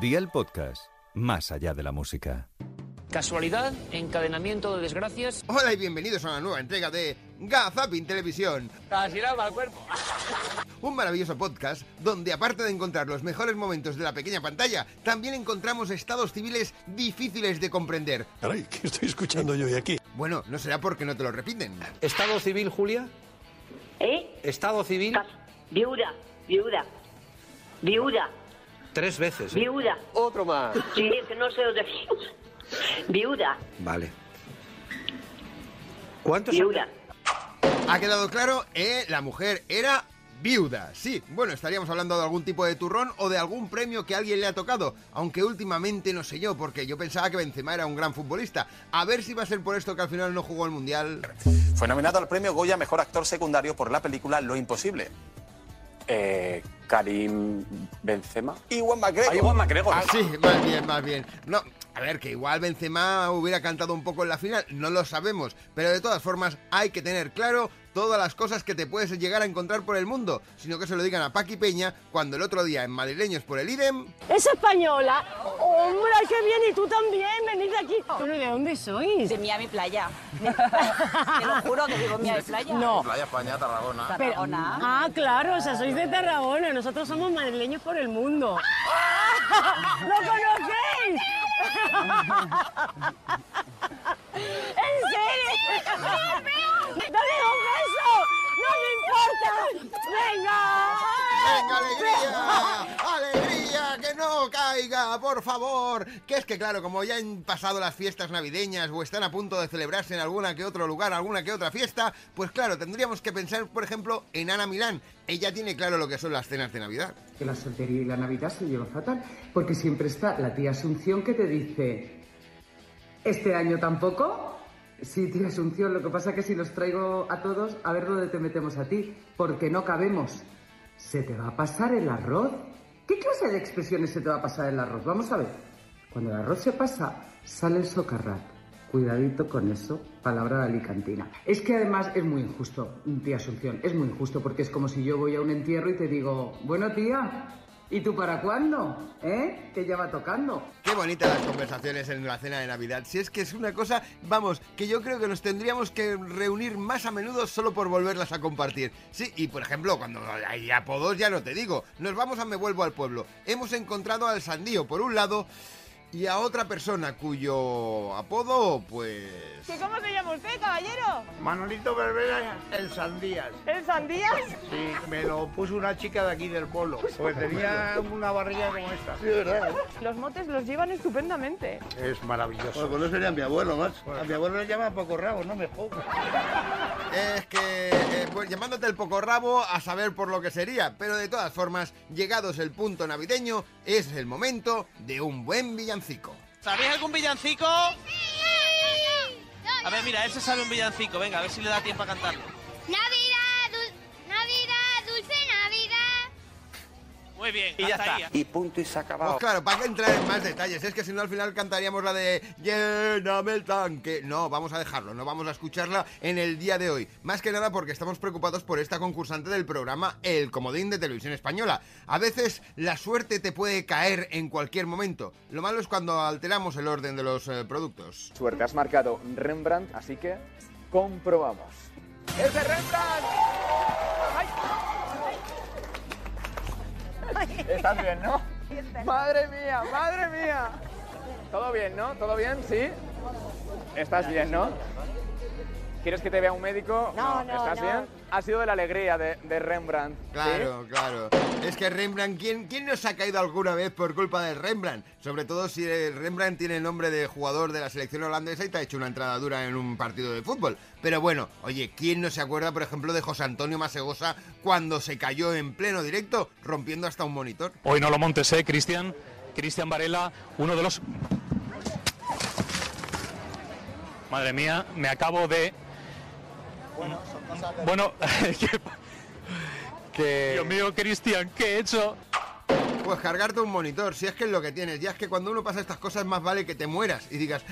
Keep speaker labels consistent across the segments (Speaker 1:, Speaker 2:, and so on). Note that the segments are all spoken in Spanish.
Speaker 1: Día el podcast, más allá de la música.
Speaker 2: Casualidad, encadenamiento de desgracias.
Speaker 3: Hola y bienvenidos a una nueva entrega de Gazapin Televisión,
Speaker 2: Casi nada al cuerpo.
Speaker 3: un maravilloso podcast donde aparte de encontrar los mejores momentos de la pequeña pantalla, también encontramos estados civiles difíciles de comprender.
Speaker 4: Caray, ¿qué estoy escuchando yo de aquí?
Speaker 3: Bueno, no será porque no te lo repiten.
Speaker 5: ¿Estado civil, Julia?
Speaker 6: ¿Eh?
Speaker 5: ¿Estado civil?
Speaker 6: Cas- Viuda, viuda, viuda,
Speaker 5: Tres veces. ¿eh?
Speaker 6: viuda.
Speaker 5: Otro más.
Speaker 6: Sí, es que no sé dónde. Viuda,
Speaker 5: Vale. ¿Cuántos son?
Speaker 6: viuda.
Speaker 3: Ha quedado claro, eh, la mujer era viuda. Sí, bueno, estaríamos hablando de algún tipo de turrón o de algún premio que alguien le ha tocado, aunque últimamente no sé yo, porque yo pensaba que Benzema era un gran futbolista. A ver si va a ser por esto que al final no jugó el Mundial.
Speaker 7: Fue nominado al premio Goya Mejor Actor Secundario por la película Lo Imposible.
Speaker 8: Eh, Karim Benzema.
Speaker 7: Iwan McGregor.
Speaker 8: Ah, Ewan McGregor.
Speaker 3: Ah, sí, más bien, más bien. No, a ver, que igual Benzema hubiera cantado un poco en la final, no lo sabemos, pero de todas formas hay que tener claro todas las cosas que te puedes llegar a encontrar por el mundo, sino que se lo digan a Paqui Peña cuando el otro día en Madrileños por el IDEM...
Speaker 9: ¿Es española? ¡Hombre, qué bien! ¿Y tú también? ¡Venid aquí! Bueno, ¿de dónde sois?
Speaker 10: De Miami Playa. Te lo juro que vivo en Miami Playa.
Speaker 9: No.
Speaker 4: Playa España, Tarragona.
Speaker 10: Tarragona.
Speaker 9: Ah, claro, o sea, sois de Tarragona. Nosotros somos madrileños por el mundo. ¡Ah! ¿Lo conocéis? ¿En serio? ¡Dale un beso! ¡No me importa! ¡Venga!
Speaker 3: ¡Venga, alegría! ¡Alegría! ¡Que no caiga, por favor! Que es que, claro, como ya han pasado las fiestas navideñas o están a punto de celebrarse en alguna que otro lugar, alguna que otra fiesta, pues claro, tendríamos que pensar, por ejemplo, en Ana Milán. Ella tiene claro lo que son las cenas de Navidad.
Speaker 11: que la soltería y la Navidad se llevan fatal, porque siempre está la tía Asunción que te dice, ¿este año tampoco? Sí, tía Asunción, lo que pasa que si los traigo a todos, a ver dónde te metemos a ti, porque no cabemos. ¿Se te va a pasar el arroz? ¿Qué clase de expresiones se te va a pasar el arroz? Vamos a ver. Cuando el arroz se pasa, sale el socarrat. Cuidadito con eso, palabra de alicantina. Es que además es muy injusto, tía Asunción, es muy injusto porque es como si yo voy a un entierro y te digo, bueno tía, ¿y tú para cuándo? ¿Eh? Que ya va tocando.
Speaker 3: Qué bonitas las conversaciones en la cena de Navidad. Si es que es una cosa, vamos, que yo creo que nos tendríamos que reunir más a menudo solo por volverlas a compartir. Sí, y por ejemplo, cuando hay apodos, ya no te digo. Nos vamos a Me Vuelvo al Pueblo. Hemos encontrado al Sandío, por un lado, y a otra persona cuyo apodo, pues...
Speaker 9: ¿Que ¿Cómo se llama usted, caballero?
Speaker 11: Manolito Berbera, el Sandías.
Speaker 9: ¿El Sandías?
Speaker 11: Sí, me lo puso una chica de aquí del pueblo, pues tenía una barriga como esta. Sí, verdad.
Speaker 9: Los motes los llevan estupendamente.
Speaker 11: Es maravilloso.
Speaker 4: Pues no sería mi abuelo, macho.
Speaker 11: A mi abuelo le llaman Poco Rabo, no me jodas.
Speaker 3: Es que, eh, pues llamándote el poco rabo a saber por lo que sería, pero de todas formas, llegados el punto navideño, es el momento de un buen villancico.
Speaker 12: ¿Sabéis algún villancico? A ver, mira, él se sabe un villancico. Venga, a ver si le da tiempo a cantarlo.
Speaker 10: Navidad, Navidad, dulce Navidad.
Speaker 12: Muy bien,
Speaker 8: Y ya
Speaker 12: hasta
Speaker 8: está.
Speaker 12: ahí. ¿eh?
Speaker 8: Y punto y se ha
Speaker 3: Pues
Speaker 8: acabado.
Speaker 3: claro, para que entrar en más detalles, es que si no al final cantaríamos la de Lléname el tanque. No, vamos a dejarlo, no vamos a escucharla en el día de hoy. Más que nada porque estamos preocupados por esta concursante del programa El Comodín de Televisión Española. A veces la suerte te puede caer en cualquier momento. Lo malo es cuando alteramos el orden de los eh, productos.
Speaker 8: Suerte, has marcado Rembrandt, así que comprobamos. ¡Es de Rembrandt! Estás bien, ¿no? Madre mía, madre mía. Todo bien, ¿no? ¿Todo bien? ¿Sí? Estás bien, ¿no? ¿Quieres que te vea un médico?
Speaker 10: No, no,
Speaker 8: ¿Estás
Speaker 10: no.
Speaker 8: bien? Ha sido de la alegría de, de Rembrandt. ¿sí?
Speaker 3: Claro, claro. Es que Rembrandt, ¿quién, ¿quién nos ha caído alguna vez por culpa de Rembrandt? Sobre todo si eh, Rembrandt tiene el nombre de jugador de la selección holandesa y te ha hecho una entrada dura en un partido de fútbol. Pero bueno, oye, ¿quién no se acuerda, por ejemplo, de José Antonio Masegosa cuando se cayó en pleno directo, rompiendo hasta un monitor?
Speaker 4: Hoy no lo montes, ¿eh, Cristian? Cristian Varela, uno de los... Madre mía, me acabo de... Bueno, son cosas de... Bueno, que... Dios mío, Cristian, ¿qué he hecho?
Speaker 3: Pues cargarte un monitor, si es que es lo que tienes. Ya es que cuando uno pasa estas cosas más vale que te mueras y digas,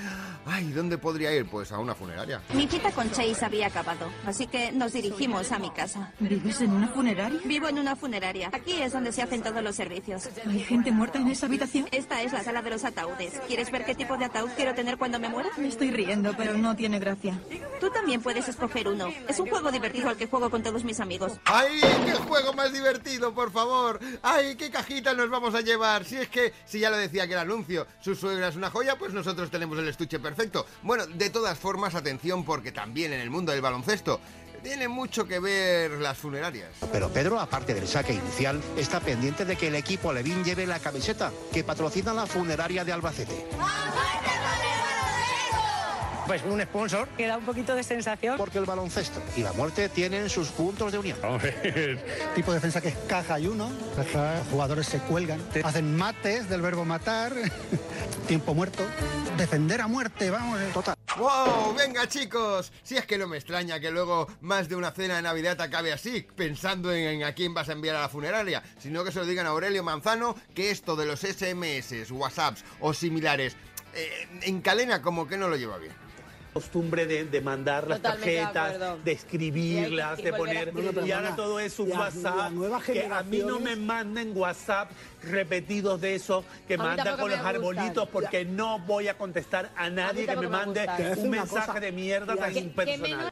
Speaker 3: ay, ¿dónde podría ir? Pues a una funeraria.
Speaker 13: Mi cita con Chase había acabado, así que nos dirigimos a mi casa.
Speaker 14: ¿Vives en una funeraria?
Speaker 13: Vivo en una funeraria. Aquí es donde se hacen todos los servicios.
Speaker 14: ¿Hay gente muerta en esa habitación?
Speaker 13: Esta es la sala de los ataúdes. ¿Quieres ver qué tipo de ataúd quiero tener cuando me muera?
Speaker 14: Me estoy riendo, pero no tiene gracia.
Speaker 13: Tú también puedes escoger uno. Es un juego divertido al que juego con todos mis amigos.
Speaker 3: ¡Ay, qué juego más divertido, por favor! ¡Ay, qué cajita nos vamos a llevar! Si es que, si ya lo decía que el anuncio, su suegra es una joya, pues nosotros tenemos el estuche perfecto. Bueno, de todas formas, atención, porque también en el mundo del baloncesto tiene mucho que ver las funerarias.
Speaker 15: Pero Pedro, aparte del saque inicial, está pendiente de que el equipo Levin lleve la camiseta que patrocina la funeraria de Albacete.
Speaker 16: Pues un sponsor.
Speaker 9: Que da un poquito de sensación.
Speaker 15: Porque el baloncesto y la muerte tienen sus puntos de unión.
Speaker 17: Tipo de defensa que es caja y uno. Los jugadores se cuelgan. Hacen mates del verbo matar. Tiempo muerto. Defender a muerte, vamos. Total.
Speaker 3: ¡Wow! ¡Venga, chicos! Si es que no me extraña que luego más de una cena de Navidad acabe así, pensando en, en a quién vas a enviar a la funeraria, sino que se lo digan a Aurelio Manzano que esto de los SMS, WhatsApps o similares eh, encalena como que no lo lleva bien.
Speaker 18: costumbre de, de mandar las
Speaker 10: Totalmente de acuerdo.
Speaker 18: tarjetas, de
Speaker 10: Y
Speaker 18: escribirlas,
Speaker 10: hay que
Speaker 18: de
Speaker 10: volver a
Speaker 18: poner...
Speaker 10: escribir.
Speaker 18: Y ahora todo es un
Speaker 10: La- la
Speaker 18: WhatsApp.
Speaker 10: nueva
Speaker 18: que a mí no me manden WhatsApp repetidos de eso que
Speaker 10: A mí
Speaker 18: manda
Speaker 10: tampoco
Speaker 18: con
Speaker 10: me
Speaker 18: los
Speaker 10: gustan.
Speaker 18: arbolitos porque no voy a contestar a nadie que
Speaker 10: tampoco
Speaker 18: me
Speaker 10: me
Speaker 18: mande
Speaker 10: gustan. Te voy a decir
Speaker 18: un
Speaker 10: una
Speaker 18: mensaje
Speaker 10: cosa.
Speaker 18: de mierda
Speaker 10: Que-
Speaker 18: tan
Speaker 10: que
Speaker 18: impersonal.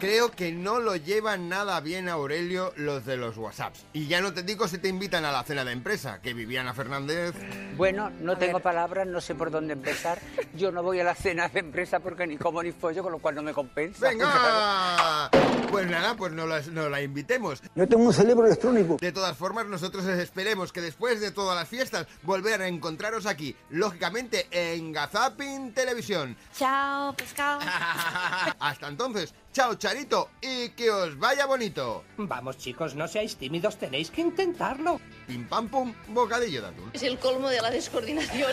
Speaker 3: Creo que no lo llevan nada bien a Aurelio los de los WhatsApps. Y ya no te digo si te invitan a la cena de empresa, que Viviana Fernández...
Speaker 19: Bueno, no tengo palabras, no sé por dónde empezar. Yo no voy a la cena de empresa porque ni como ni follo, con lo cual no me compensa.
Speaker 3: ¡Venga! Pues nada, pues no la, no la invitemos.
Speaker 15: Yo tengo un cerebro electrónico.
Speaker 3: De todas formas, nosotros esperemos que después de todas las fiestas volver a encontraros aquí, lógicamente en Gazapin Televisión.
Speaker 20: Chao, pescado.
Speaker 3: Hasta entonces, chao Charito y que os vaya bonito.
Speaker 16: Vamos chicos, no seáis tímidos, tenéis que intentarlo.
Speaker 3: Pim pam pum, bocadillo de atún.
Speaker 20: Es el colmo de la descoordinación.